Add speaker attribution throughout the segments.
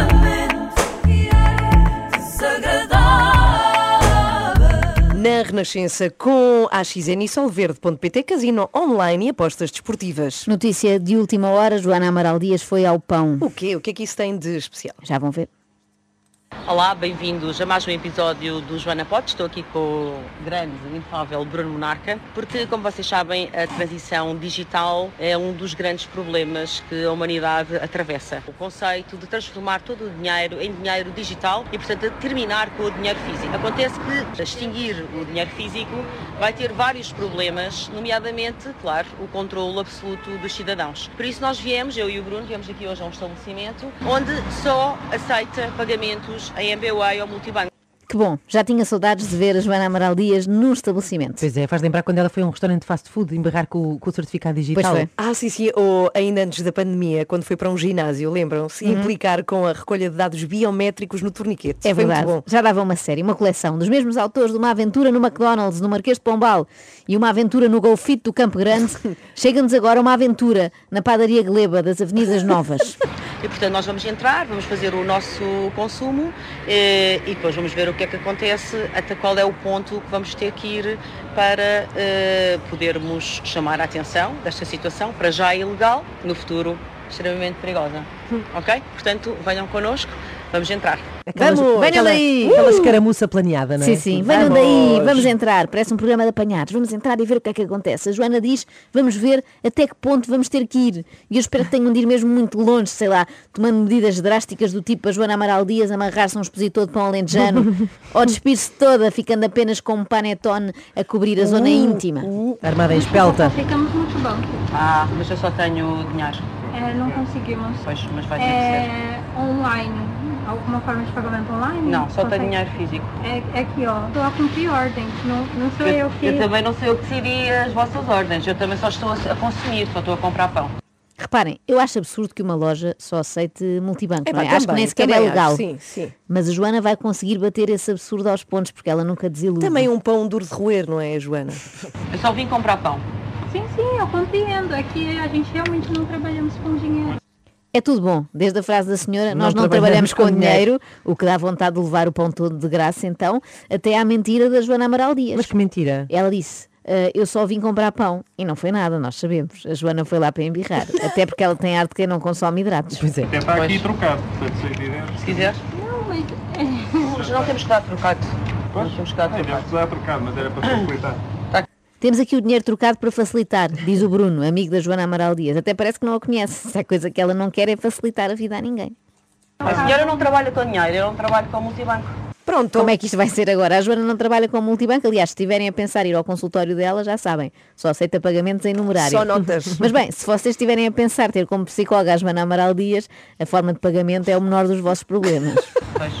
Speaker 1: Extremamente desagradável.
Speaker 2: Na Renascença com AXN e Solverde.pt, casino online e apostas desportivas.
Speaker 3: Notícia de última hora, Joana Amaral Dias foi ao pão.
Speaker 2: O quê? O que é que isso tem de especial?
Speaker 3: Já vão ver.
Speaker 4: Olá, bem-vindos a mais um episódio do Joana Potes. Estou aqui com o grande, infável Bruno Monarca, porque, como vocês sabem, a transição digital é um dos grandes problemas que a humanidade atravessa. O conceito de transformar todo o dinheiro em dinheiro digital e, portanto, de terminar com o dinheiro físico. Acontece que extinguir o dinheiro físico vai ter vários problemas, nomeadamente, claro, o controle absoluto dos cidadãos. Por isso, nós viemos, eu e o Bruno, viemos aqui hoje a um estabelecimento onde só aceita pagamentos em MBWay ou multibanco.
Speaker 3: Que bom, já tinha saudades de ver a Joana Amaral Dias num estabelecimento.
Speaker 5: Pois é, faz lembrar quando ela foi a um restaurante de fast food embarrar com, o- com o certificado digital.
Speaker 3: Pois foi.
Speaker 2: Ah, sim, sim, ou ainda antes da pandemia, quando foi para um ginásio, lembram-se? Implicar com a recolha de dados biométricos no torniquete.
Speaker 3: Uhum. É
Speaker 2: Foi muito
Speaker 3: verdade.
Speaker 2: bom.
Speaker 3: Já dava uma série, uma coleção dos mesmos autores de uma aventura no McDonald's, no Marquês de Pombal e uma aventura no Golfito do Campo Grande. Chega-nos agora uma aventura na padaria Gleba das Avenidas Novas.
Speaker 4: E, portanto, nós vamos entrar, vamos fazer o nosso consumo eh, e depois vamos ver o que é que acontece, até qual é o ponto que vamos ter que ir para eh, podermos chamar a atenção desta situação, para já é ilegal, no futuro extremamente perigosa.
Speaker 6: Hum.
Speaker 4: Ok? Portanto, venham connosco, vamos entrar.
Speaker 2: Vamos,
Speaker 3: venham
Speaker 2: aquela-
Speaker 3: daí!
Speaker 5: Aquela escaramuça planeada, não é?
Speaker 3: Sim, sim, venham daí, né? vamos entrar. Parece um programa de apanhados. Vamos entrar e ver o que é que acontece. A Joana diz: vamos ver até que ponto vamos ter que ir. E eu espero que tenham de ir mesmo muito longe, sei lá, tomando medidas drásticas do tipo a Joana Amaral Dias amarrar-se a um expositor de pão alentejano ou despir-se toda, ficando apenas com um panetone a cobrir a zona íntima.
Speaker 5: Hum. Armada em espelta.
Speaker 6: Ficamos muito bom.
Speaker 4: Ah, mas eu só tenho dinheiro.
Speaker 6: É, não conseguimos
Speaker 4: Pois, mas vai ter que ser.
Speaker 6: é, online. Alguma forma de pagamento online?
Speaker 4: Não, só tenho
Speaker 6: Consegue?
Speaker 4: dinheiro físico.
Speaker 6: É, é aqui, ó. Tô lá com pre-ordem. Não, não sou eu, que.
Speaker 4: eu também não sei o que seria as vossas ordens, eu também só estou a a consumir, só estou a comprar pão.
Speaker 3: Reparem, eu acho absurdo que uma loja só aceite multibanco.
Speaker 2: Epá,
Speaker 3: não é? acho que
Speaker 2: também,
Speaker 3: nem sequer é
Speaker 2: também acho,
Speaker 3: legal.
Speaker 2: Sim, sim.
Speaker 3: Mas a Joana vai conseguir bater esse absurdo aos pontos porque ela nunca desilude.
Speaker 2: Também um pão duro de roer, não é, Joana?
Speaker 4: Eu só vim comprar pão.
Speaker 6: Sim, sim, eu compreendo. É que a gente realmente não trabalhamos com dinheiro.
Speaker 3: É tudo bom, desde a frase da senhora,
Speaker 5: Não
Speaker 3: nós não
Speaker 5: trabalhamos
Speaker 3: trabalhamos com,
Speaker 5: com
Speaker 3: dinheiro, o que dá vontade de levar o pão todo de graça, então, até à mentira da Joana Amaral Dias.
Speaker 5: Mas que mentira.
Speaker 3: Ela disse, "Ah, eu só vim comprar pão, e não foi nada, nós sabemos. A Joana foi lá para embirrar, até porque ela tem arte de quem não consome hidratos.
Speaker 5: Pois é.
Speaker 7: Até está aqui trocado, portanto, se quiser.
Speaker 4: Se quiser.
Speaker 6: Não, mas.
Speaker 4: eh, Mas não temos que dar trocado. Não temos que dar
Speaker 7: Ainda
Speaker 4: trocado.
Speaker 7: precisava trocar, mas era para facilitar.
Speaker 3: Temos aqui o dinheiro trocado para facilitar, diz o Bruno, amigo da Joana Amaral Dias. Até parece que não a conhece, se a coisa que ela não quer é facilitar a vida a ninguém.
Speaker 4: A senhora não trabalha com dinheiro, eu não trabalho com multibanco.
Speaker 2: Pronto,
Speaker 3: Como é que isto vai ser agora? A Joana não trabalha com multibanco. Aliás, se estiverem a pensar em ir ao consultório dela, já sabem. Só aceita pagamentos em numerário.
Speaker 2: Só notas.
Speaker 3: Mas bem, se vocês estiverem a pensar ter como psicóloga a Joana Amaral Dias, a forma de pagamento é o menor dos vossos problemas.
Speaker 4: Pois.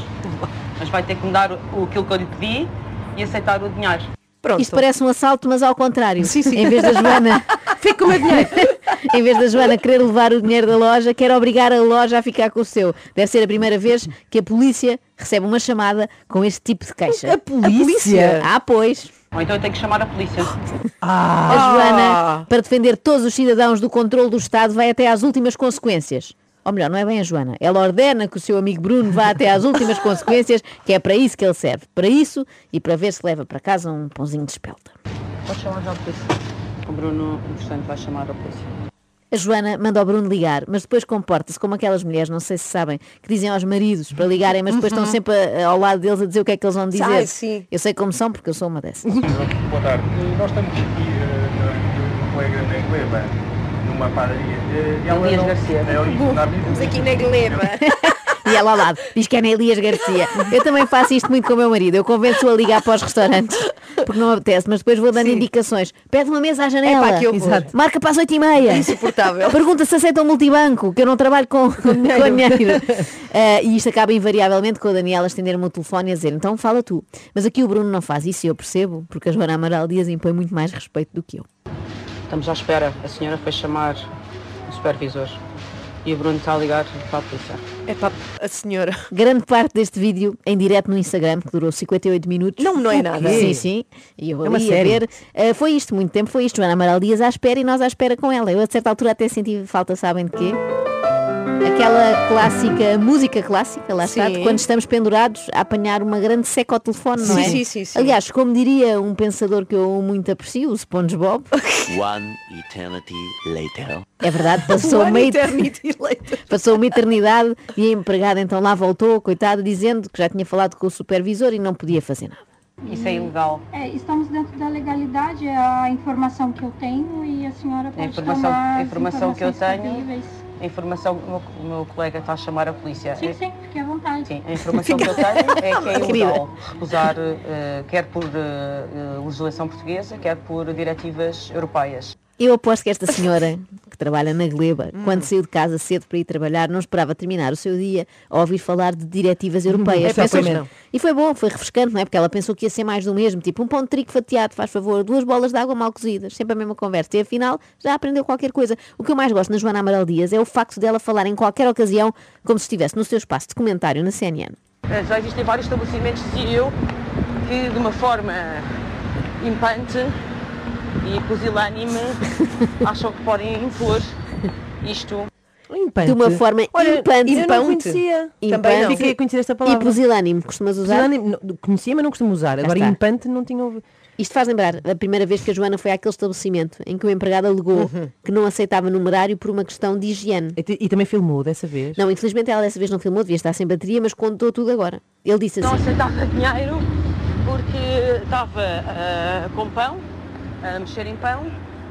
Speaker 4: Mas vai ter que me dar o, aquilo que eu lhe pedi e aceitar o dinheiro.
Speaker 2: pronto.
Speaker 3: Isto parece um assalto, mas ao contrário. Em vez da Joana. Fica com o meu dinheiro. em vez da Joana querer levar o dinheiro da loja, quer obrigar a loja a ficar com o seu. Deve ser a primeira vez que a polícia recebe uma chamada com este tipo de queixa.
Speaker 2: A polícia?
Speaker 3: Ah, pois.
Speaker 4: Ou então eu tenho que chamar a polícia.
Speaker 3: A
Speaker 2: Ah!
Speaker 3: Joana, para defender todos os cidadãos do controle do Estado, vai até às últimas consequências. Ou melhor, não é bem a Joana. Ela ordena que o seu amigo Bruno vá até às últimas consequências, que é para isso que ele serve. Para isso e para ver se leva para casa um pãozinho de espelta.
Speaker 4: Pode chamar já a polícia. O Bruno, entretanto, vai chamar a polícia.
Speaker 3: A Joana manda ao Bruno ligar, mas depois comporta-se como aquelas mulheres, não sei se sabem, que dizem aos maridos para ligarem, mas depois estão sempre a- ao lado deles a dizer o que é que eles vão dizer.
Speaker 2: Uhum. Ai, sim.
Speaker 3: Eu sei como são, porque eu sou uma dessas.
Speaker 7: Boa tarde. Nós estamos aqui, eh, um colega da Gleba, numa padaria. Eh, ela
Speaker 4: Elias
Speaker 7: não-
Speaker 4: Garcia.
Speaker 7: É, isso, na vida.
Speaker 2: Aqui na gleba.
Speaker 3: E ela ao lado diz que é na Elias Garcia. Eu também faço isto muito com o meu marido. Eu convenço-o a ligar para os restaurantes, porque não apetece, mas depois vou dando indicações. Pede uma mesa à janela.
Speaker 2: Epá, que horror. Exato.
Speaker 3: Marca para as 8 e meia.
Speaker 2: Insuportável.
Speaker 3: Pergunta se aceitam multibanco, que eu não trabalho com, com dinheiro. Eh, e isto acaba invariavelmente com a Daniela estender-me o telefone e a dizer, então fala tu. Mas aqui o Bruno não faz isso e eu percebo, porque a Joana Amaral Dias impõe muito mais respeito do que eu.
Speaker 4: Estamos à espera. A senhora foi chamar o supervisor. E o Bruno está a ligar para a polícia.
Speaker 2: É pá, a senhora.
Speaker 3: Grande parte deste vídeo em direto no Instagram, que durou 58 minutos.
Speaker 2: Não, não é nada.
Speaker 3: Sim, sim. E eu
Speaker 5: É uma
Speaker 3: ali a
Speaker 5: série.
Speaker 3: ver. Ah, foi isto, muito tempo foi isto. Joana Amaral Dias à espera e nós à espera com ela. Eu a certa altura até senti falta, sabem de quê? Aquela clássica, música clássica, lá está,
Speaker 2: Sim.
Speaker 3: de quando estamos pendurados a apanhar uma grande seca ao telefone, não
Speaker 2: Sim,
Speaker 3: é?
Speaker 2: sim, sim, sim.
Speaker 3: Aliás, como diria um pensador que eu muito aprecio, o SpongeBob,
Speaker 8: One eternity later.
Speaker 3: é verdade, passou
Speaker 2: One
Speaker 3: meio
Speaker 2: eternity later.
Speaker 3: Passou uma eternidade e a empregada então lá voltou, coitada, dizendo que já tinha falado com o supervisor e não podia fazer nada.
Speaker 4: Isso é ilegal.
Speaker 6: É, estamos dentro da legalidade, é a informação que eu tenho e a senhora pode
Speaker 4: informação-
Speaker 6: tomar
Speaker 4: a
Speaker 6: as
Speaker 4: informação que eu
Speaker 6: informações
Speaker 4: tenho.
Speaker 6: cabíveis.
Speaker 4: A informação, o meu, o meu colega está a chamar a polícia.
Speaker 6: Sim,
Speaker 4: É-
Speaker 6: sim, fique à vontade.
Speaker 4: Sim, a informação que eu tenho é que é
Speaker 3: Querida.
Speaker 4: ilegal recusar, eh, quer por eh, eh, legislação portuguesa, quer por diretivas europeias.
Speaker 3: Eu aposto que esta senhora, que trabalha na Gleba, quando saiu de casa cedo para ir trabalhar, não esperava terminar o seu dia a ouvir falar de diretivas europeias.
Speaker 2: É, pois não.
Speaker 3: E foi bom, foi refrescante, não é? Porque ela pensou que ia ser mais do mesmo, tipo um pão de trigo fatiado, faz favor, duas bolas de água mal cozidas, sempre a mesma conversa. E afinal, já aprendeu qualquer coisa. O que eu mais gosto na Joana Amaral Dias é o facto dela falar em qualquer ocasião, como se estivesse no seu espaço de comentário na CNN.
Speaker 4: Eh, Já existem vários estabelecimentos, dizia eu, que de uma forma impante e pusilânime acham que podem impor isto.
Speaker 5: Impante.
Speaker 3: De uma forma
Speaker 2: Olha,
Speaker 3: impante.
Speaker 2: eu não conhecia. Também
Speaker 3: Impante.
Speaker 2: não.
Speaker 5: Fiquei a conhecer esta
Speaker 3: E
Speaker 5: palavra.
Speaker 3: pusilânime, costumas usar?
Speaker 5: Pusilânime, não- Conhecia, mas não costumo usar. Agora,
Speaker 3: está.
Speaker 5: impante não tinha ouvido.
Speaker 3: Isto faz lembrar a primeira vez que a Joana foi àquele estabelecimento em que o empregado alegou
Speaker 5: Uhum.
Speaker 3: que não aceitava numerário por uma questão de higiene.
Speaker 5: E, te- e também filmou dessa vez.
Speaker 3: Não, infelizmente ela dessa vez não filmou, devia estar sem bateria, mas contou tudo agora. Ele disse
Speaker 4: Não
Speaker 3: assim,
Speaker 4: aceitava dinheiro porque estava ah, com pão, a mexer em pão,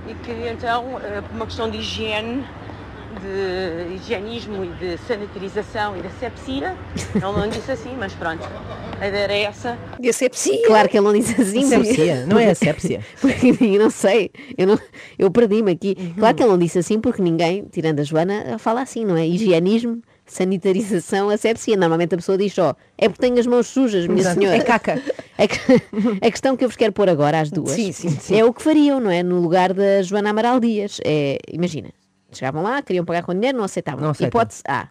Speaker 4: e que então, ah, por uma questão de higiene, de higienismo e de sanitarização e da sepsia, ele não disse assim, mas pronto, a ideia era essa.
Speaker 2: E a sepsia.
Speaker 3: claro que ele não disse assim, mas-
Speaker 5: Sepsia, não é a sepsia.
Speaker 3: Porque ninguém- não sei, eu, não- eu perdi-me aqui.
Speaker 5: Uhum.
Speaker 3: Claro que ele não disse assim porque ninguém, tirando a Joana, fala assim,
Speaker 5: Uhum.
Speaker 3: não é? Higienismo, sanitarização, asepsia. Normalmente a pessoa diz só, é porque tenho as mãos sujas, minha
Speaker 5: Exato.
Speaker 3: senhora.
Speaker 5: É caca.
Speaker 3: A, que- a questão que eu vos quero pôr agora, às duas,
Speaker 5: Sim, sim, sim.
Speaker 3: é o que fariam, não é? No lugar da Joana Amaral Dias. É, imagina, chegavam lá, queriam pagar com dinheiro, não aceitavam.
Speaker 5: Não aceitam.
Speaker 3: Hipótese A.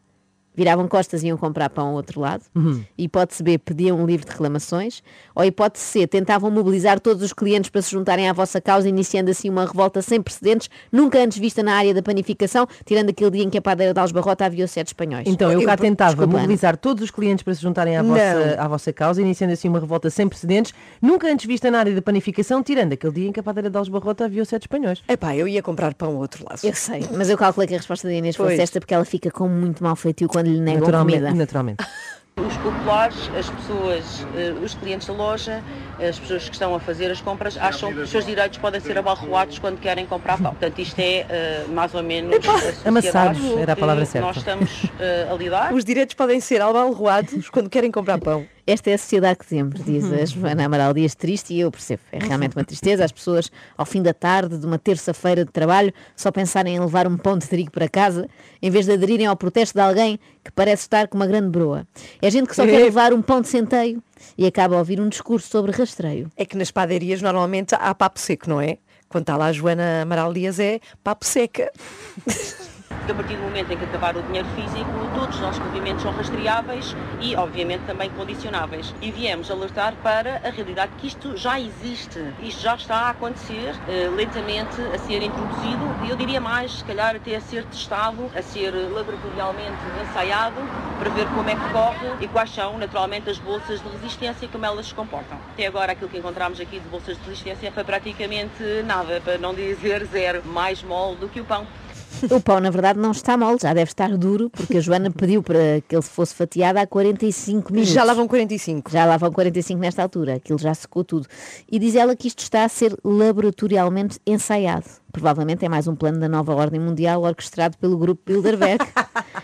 Speaker 3: Viravam costas e iam comprar pão ao outro lado.
Speaker 5: Uhum.
Speaker 3: Hipótese B, pediam um livro de reclamações. Ou hipótese C, tentavam mobilizar todos os clientes para se juntarem à vossa causa, iniciando assim uma revolta sem precedentes, nunca antes vista na área da panificação, tirando aquele dia em que a padeira de Alsbarrota aviou sete espanhóis.
Speaker 5: Então, eu cá tentava
Speaker 3: Desculpa, Ana.
Speaker 5: mobilizar todos os clientes para se juntarem à
Speaker 2: Não.
Speaker 5: vossa, à vossa causa, iniciando assim uma revolta sem precedentes, nunca antes vista na área da panificação, tirando aquele dia em que a padeira de Alsbarrota aviou sete espanhóis.
Speaker 2: Epá, eu ia comprar pão ao outro lado.
Speaker 3: Eu sei, mas eu calculei que a resposta da Inês fosse
Speaker 2: Pois.
Speaker 3: esta porque ela fica com muito mau feitio quando lhe negam
Speaker 5: Naturalmente.
Speaker 3: comida.
Speaker 5: naturalmente.
Speaker 4: Os populares, as pessoas, eh, os clientes da loja, as pessoas que estão a fazer as compras, acham que os seus direitos podem ser abalroados quando querem comprar pão. Portanto, isto é eh, mais ou menos a sociedade
Speaker 5: amassados, era a
Speaker 4: que
Speaker 5: palavra certa.
Speaker 4: nós estamos eh, a lidar.
Speaker 2: Os direitos podem ser albalroados quando querem comprar pão.
Speaker 3: Esta é a sociedade que temos, diz a Joana Amaral Dias triste e eu percebo. É realmente uma tristeza as pessoas ao fim da tarde de uma terça-feira de trabalho só pensarem em levar um pão de trigo para casa em vez de aderirem ao protesto de alguém que parece estar com uma grande broa. É gente que só quer levar um pão de centeio e acaba a ouvir um discurso sobre rastreio.
Speaker 2: É que nas padarias normalmente há papo seco, não é? Quando está lá a Joana Amaral Dias é papo seca.
Speaker 4: Porque a partir do momento em que acabar o dinheiro físico, todos os nossos movimentos são rastreáveis e, obviamente, também condicionáveis. E viemos alertar para a realidade que isto já existe, isto já está a acontecer, eh, lentamente a ser introduzido e eu diria mais, se calhar até a ser testado, a ser laboratorialmente ensaiado, para ver como é que corre e quais são, naturalmente, as bolsas de resistência e como elas se comportam. Até agora, aquilo que encontramos aqui de bolsas de resistência foi praticamente nada, para não dizer zero, mais mole do que o pão.
Speaker 3: O pão, na verdade, não está mole, já deve estar duro, porque a Joana pediu para que ele fosse fatiado há 45 minutos.
Speaker 2: Já lá vão 45.
Speaker 3: Já lá vão 45 nesta altura, aquilo já secou tudo. E diz ela que isto está a ser laboratorialmente ensaiado. Provavelmente é mais um plano da nova ordem mundial orquestrado pelo grupo Bilderberg.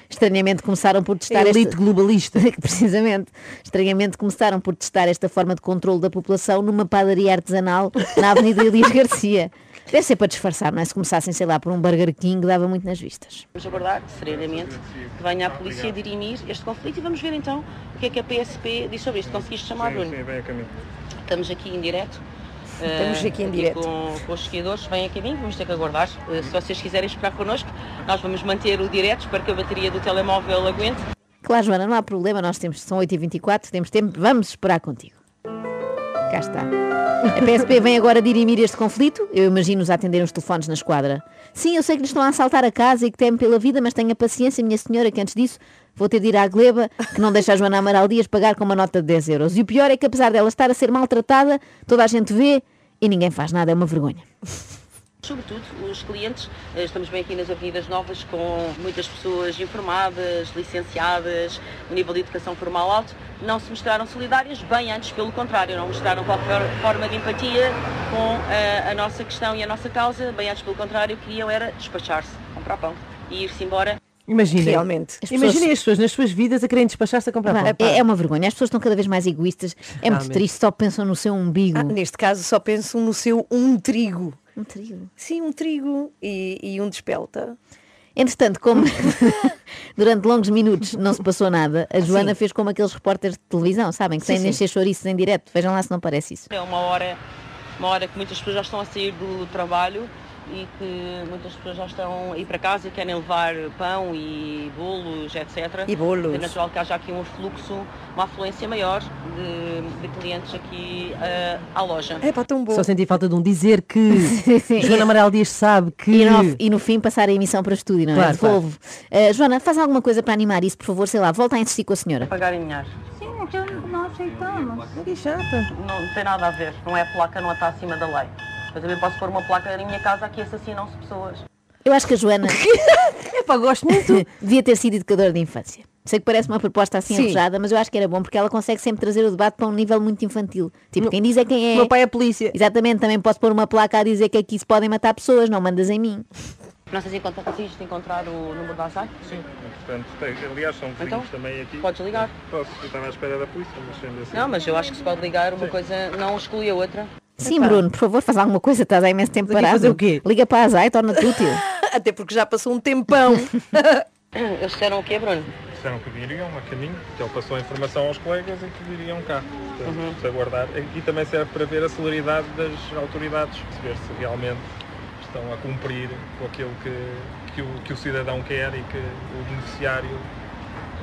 Speaker 3: Estranhamente começaram por testar
Speaker 5: Elite
Speaker 3: esta...
Speaker 5: globalista.
Speaker 3: Precisamente. Estranhamente começaram por testar esta forma de controle da população numa padaria artesanal na Avenida Elias Garcia. Deve ser para disfarçar, não é? Se começassem, sei lá, por um Burger King, dava muito nas vistas.
Speaker 4: Vamos abordar serenamente que venha a polícia dirimir este conflito e vamos ver então o que é que a PSP diz sobre isto. Conseguiste chamar,
Speaker 7: Sim,
Speaker 4: Bruno?
Speaker 7: sim, vem a caminho.
Speaker 4: Estamos aqui em direto.
Speaker 2: Estamos
Speaker 4: eh,
Speaker 2: aqui em direto.
Speaker 4: Com, com os seguidores, vêm aqui a mim, vamos ter que aguardar. Eh, se vocês quiserem esperar connosco, nós vamos manter o direto, espero que a bateria do telemóvel aguente.
Speaker 3: Claro, Joana, não há problema, nós temos, são 8h24, temos tempo, vamos esperar contigo. Cá está. A PSP vem agora dirimir este conflito, eu imagino-os a atenderem os telefones na esquadra. Sim, eu sei que lhes estão a assaltar a casa e que temem pela vida, mas tenha paciência, minha senhora, que antes disso vou ter de ir à Gleba, que não deixa a Joana Amaral Dias pagar com uma nota de 10 euros. E o pior é que apesar dela estar a ser maltratada, toda a gente vê e ninguém faz nada, é uma vergonha.
Speaker 4: Sobretudo os clientes, eh, estamos bem aqui nas Avenidas Novas com muitas pessoas informadas, licenciadas, um nível de educação formal alto, não se mostraram solidárias, bem antes pelo contrário, não mostraram qualquer forma de empatia com eh, a nossa questão e a nossa causa, bem antes pelo contrário, queriam era despachar-se, comprar pão e ir-se embora.
Speaker 5: Imagina.
Speaker 2: Realmente.
Speaker 3: As
Speaker 5: Imaginem
Speaker 3: pessoas-
Speaker 5: as pessoas nas suas vidas a querem despachar-se a comprar
Speaker 3: Pá,
Speaker 5: pão.
Speaker 3: É, é uma vergonha, as pessoas estão cada vez mais egoístas, é muito
Speaker 5: Realmente.
Speaker 3: triste, só pensam no seu umbigo.
Speaker 2: Ah, neste caso, só penso no seu um trigo.
Speaker 3: Um trio.
Speaker 2: Sim, um trigo e, e um despelta.
Speaker 3: Entretanto, como durante longos minutos não se passou nada,
Speaker 5: Ah,
Speaker 3: a Joana fez como aqueles repórteres de televisão, sabem, que têm de encher chouriços em direto. Vejam lá se não parece isso.
Speaker 4: É uma hora, uma hora que muitas pessoas já estão a sair do trabalho e que muitas pessoas já estão a ir para casa e querem levar pão e bolos, etc.
Speaker 2: E bolos.
Speaker 4: É natural que haja aqui um fluxo, uma afluência maior de, de clientes aqui eh, à loja.
Speaker 2: É pá, tão bom.
Speaker 5: Só senti falta de um dizer que Joana Amaral Dias sabe que.
Speaker 3: E no, e no fim passar a emissão para o estúdio, não é?
Speaker 5: Claro,
Speaker 3: Devolvo. Ah, Joana, faz alguma coisa para animar isso, por favor, sei lá, volta a insistir com a senhora.
Speaker 4: Pagar em dinheiro.
Speaker 6: Sim, é que eu não aceitamos.
Speaker 5: Que chata.
Speaker 4: Não tem nada a ver. Não é a placa, não está acima da lei. Eu também posso pôr uma placa na minha casa que assassinam-se pessoas.
Speaker 3: Eu acho que a Joana
Speaker 5: É pá, gosto muito.
Speaker 3: devia ter sido educadora de infância. Sei que parece uma proposta assim
Speaker 5: Sim.
Speaker 3: arrojada, mas eu acho que era bom porque ela consegue sempre trazer o debate para um nível muito infantil. Tipo, quem diz é quem é.
Speaker 5: Meu pai é polícia.
Speaker 3: Exatamente, também posso pôr uma placa a dizer que aqui se podem matar pessoas, não mandas em mim.
Speaker 4: Não sei se encontra- conseguiste encontrar o número da ASAI.
Speaker 7: Sim, portanto, tem- aliás, são vizinhos
Speaker 4: Então,
Speaker 7: também aqui.
Speaker 4: podes ligar.
Speaker 7: Posso, eu estava à espera da polícia, mas sendo assim.
Speaker 4: Não, mas eu acho que se pode ligar, uma coisa não exclui a outra.
Speaker 3: Sim, Bruno, por favor, faz alguma coisa, estás há imenso tempo
Speaker 5: Mas aqui
Speaker 3: parado.
Speaker 5: fazer o quê?
Speaker 3: Liga para a Azai, torna-te útil.
Speaker 2: Até porque já passou um tempão.
Speaker 4: Eles disseram o quê, Bruno?
Speaker 7: Disseram que viriam a caminho, que ele passou a informação aos colegas e que viriam cá. Portanto, se aguardar. Aqui também serve para ver a celeridade das autoridades, perceber se realmente estão a cumprir com aquilo que, que, o, que o cidadão quer e que o beneficiário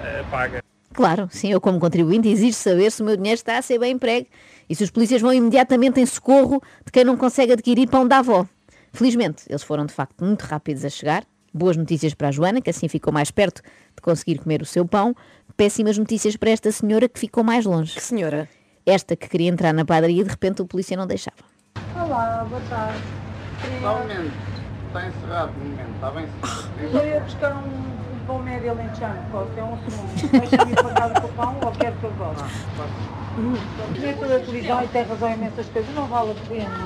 Speaker 7: eh, paga.
Speaker 3: Claro, sim, eu como contribuinte exijo saber se o meu dinheiro está a ser bem emprego e se os polícias vão imediatamente em socorro de quem não consegue adquirir pão da avó. Felizmente, eles foram de facto muito rápidos a chegar. Boas notícias para a Joana, que assim ficou mais perto de conseguir comer o seu pão. Péssimas notícias para esta senhora que ficou mais longe.
Speaker 2: Que senhora.
Speaker 3: Esta que queria entrar na padaria e de repente o polícia não deixava.
Speaker 6: Olá, boa tarde.
Speaker 9: Só um momento. Está encerrado no momento, está bem?
Speaker 6: Eu ia buscar um, um pão médio lentejano, posso? É um segundo. Deixa-me ir para casa com o pão ou quero que eu
Speaker 9: Ah,
Speaker 6: volte? Não é pela televisão e tem razão em imensas coisas, não vale a
Speaker 9: Um
Speaker 6: pena.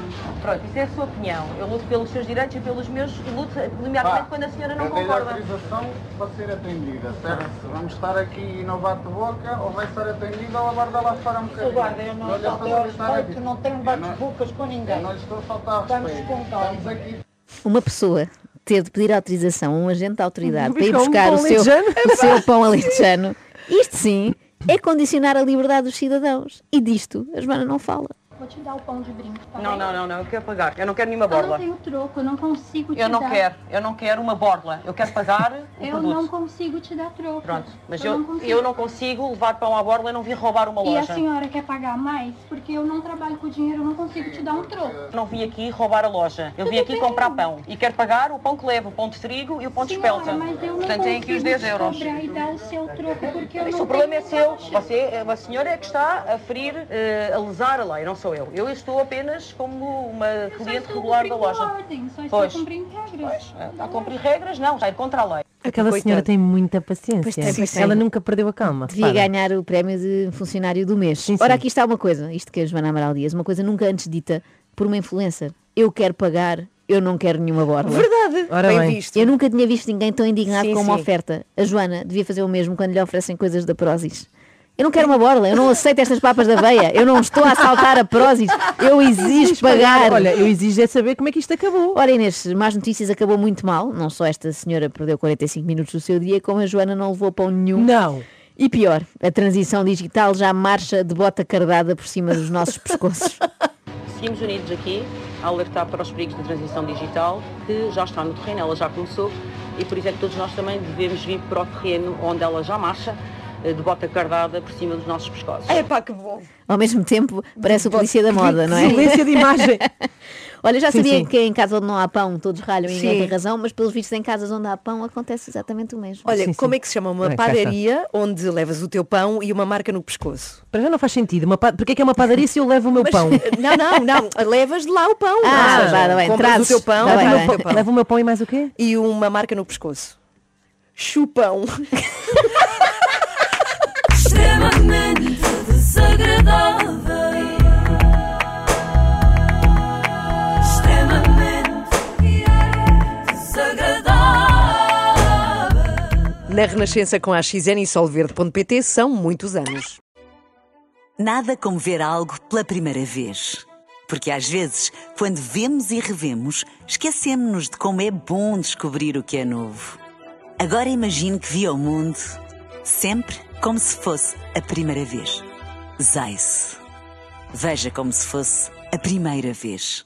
Speaker 4: Pronto, isso é a sua opinião. Eu luto pelos seus direitos e pelos meus, e luto eh, nomeadamente
Speaker 9: Vá. É
Speaker 4: quando a senhora não
Speaker 9: Eu dei-lhe
Speaker 4: concorda.
Speaker 9: autorização para ser atendida, certo? Se Vamos estar aqui e não bate boca, ou vai ser atendida ou aguarda lá fora um bocadinho.
Speaker 6: Guarda, eu não,
Speaker 9: Olha,
Speaker 6: não
Speaker 9: estou
Speaker 6: tenho
Speaker 9: a gritar a
Speaker 6: respeito,
Speaker 9: ti.
Speaker 6: não tenho
Speaker 9: Eu
Speaker 6: bate-bocas com
Speaker 9: Eu
Speaker 6: ninguém.
Speaker 9: não lhe estou a faltar
Speaker 6: Estamos
Speaker 9: respeito.
Speaker 6: com calma.
Speaker 9: Estamos aqui.
Speaker 3: uma pessoa ter de pedir autorização a um agente da autoridade para ir
Speaker 5: Buscar um
Speaker 3: buscar
Speaker 5: pão
Speaker 3: o, seu,
Speaker 5: alentejano.
Speaker 3: o seu pão alentejano, isto sim é condicionar a liberdade dos cidadãos. E disto a Joana não fala.
Speaker 6: Vou te dar o pão de brinco, tá
Speaker 4: Não,
Speaker 6: bem?
Speaker 4: não, não, não, eu quero pagar. Eu não quero nenhuma
Speaker 6: Eu não
Speaker 4: borla.
Speaker 6: tenho troco, eu não consigo te
Speaker 4: Eu não
Speaker 6: dar.
Speaker 4: quero, eu não quero uma borla. Eu quero pagar o
Speaker 6: Eu não
Speaker 4: produto.
Speaker 6: consigo te dar troco.
Speaker 4: Pronto, mas
Speaker 6: eu,
Speaker 4: eu,
Speaker 6: consigo.
Speaker 4: eu não consigo levar pão à borla e não vir roubar uma
Speaker 6: E assim- a
Speaker 4: loja.
Speaker 6: senhora quer pagar mais? Porque eu não trabalho com dinheiro, eu não consigo te dar um troco.
Speaker 4: Não vim aqui roubar a loja. Eu vim aqui comprar pão. E quero pagar o pão que levo, o pão de trigo e o pão de espelta.
Speaker 6: Senhora, mas eu não
Speaker 4: Portanto, tem aqui os
Speaker 6: consigo
Speaker 4: 10
Speaker 6: te
Speaker 4: euros.
Speaker 6: cobrar e dar o seu troco, porque eu
Speaker 4: Isso,
Speaker 6: não
Speaker 4: o problema é
Speaker 6: tenho
Speaker 4: seu.
Speaker 6: loja.
Speaker 4: Você, a senhora é que está a ferir, eh, a lesar a lei. Não sou eu. Eu estou apenas como uma cliente regular da loja. Pois. Pois, é, a cumprir regras, não, está a ir contra a lei.
Speaker 5: Aquela senhora tem muita
Speaker 3: Ah, Pois
Speaker 5: paciência.
Speaker 3: tem, pois tem.
Speaker 5: Ela nunca perdeu a calma.
Speaker 3: Devia
Speaker 5: repara.
Speaker 3: ganhar o prémio de funcionário do mês.
Speaker 5: Sim,
Speaker 3: Ora,
Speaker 5: sim.
Speaker 3: aqui está uma coisa, isto que a Joana Amaral Dias, uma coisa nunca antes dita por uma influencer. Eu quero pagar, eu não quero nenhuma borla.
Speaker 2: Verdade.
Speaker 5: Ora
Speaker 2: bem,
Speaker 5: bem.
Speaker 2: visto.
Speaker 3: Eu nunca tinha visto ninguém tão indignado
Speaker 2: Sim,
Speaker 3: com uma
Speaker 2: sim.
Speaker 3: oferta. A Joana devia fazer o mesmo quando lhe oferecem coisas da Prozis. Eu não quero uma borla, eu não aceito estas papas da veia, eu não estou a assaltar a Prozis, eu exijo pagar.
Speaker 5: Olha, eu exijo é saber como é que isto acabou.
Speaker 3: Ora Inês, mais notícias acabou muito mal. Não só esta senhora perdeu 45 minutos do seu dia, como a Joana não levou pão nenhum.
Speaker 5: Não.
Speaker 3: E pior, a transição digital já marcha de bota cardada por cima dos nossos pescoços.
Speaker 4: Seguimos unidos aqui a alertar para os perigos da transição digital que já está no terreno, ela já começou e por isso é que todos nós também devemos vir para o terreno onde ela já marcha, eh, de bota cardada por cima dos nossos pescoços.
Speaker 2: É pá, que bom.
Speaker 3: Ao mesmo tempo, parece o polícia da moda, não é?
Speaker 5: Silêncio de imagem.
Speaker 3: Olha, já
Speaker 5: Sim,
Speaker 3: sabia
Speaker 5: sim.
Speaker 3: que em casa onde não há pão todos ralham e ninguém
Speaker 2: Sim.
Speaker 3: tem razão, mas pelos vistos em casas onde há pão acontece exatamente o mesmo.
Speaker 2: Olha,
Speaker 5: Sim, sim.
Speaker 2: como é que se chama uma
Speaker 5: Bem, cá está.
Speaker 2: padaria onde levas o teu pão e uma marca no pescoço?
Speaker 5: Para já não faz sentido. Uma pa... Porque é que é uma padaria se eu levo o meu pão?
Speaker 2: Não, não, não. Levas de lá o pão.
Speaker 3: Ah,
Speaker 2: Ou seja,
Speaker 3: vá, tá bem,
Speaker 2: compras
Speaker 3: trazes.
Speaker 2: o teu pão,
Speaker 3: Tá bem,
Speaker 2: levo
Speaker 3: tá
Speaker 2: o
Speaker 3: bem.
Speaker 2: teu pão
Speaker 5: Levo o meu pão e mais o quê?
Speaker 2: e uma marca no pescoço. Chupão.
Speaker 1: extremamente desagradável. Extremamente desagradável.
Speaker 2: Na Renascença com a XN e Solverde.pt são muitos anos.
Speaker 10: Nada como ver algo pela primeira vez. Porque às vezes, quando vemos e revemos, esquecemos-nos de como é bom descobrir o que é novo. Agora imagine que viu o mundo sempre como se fosse a primeira vez. Zais. Veja como se fosse a primeira vez.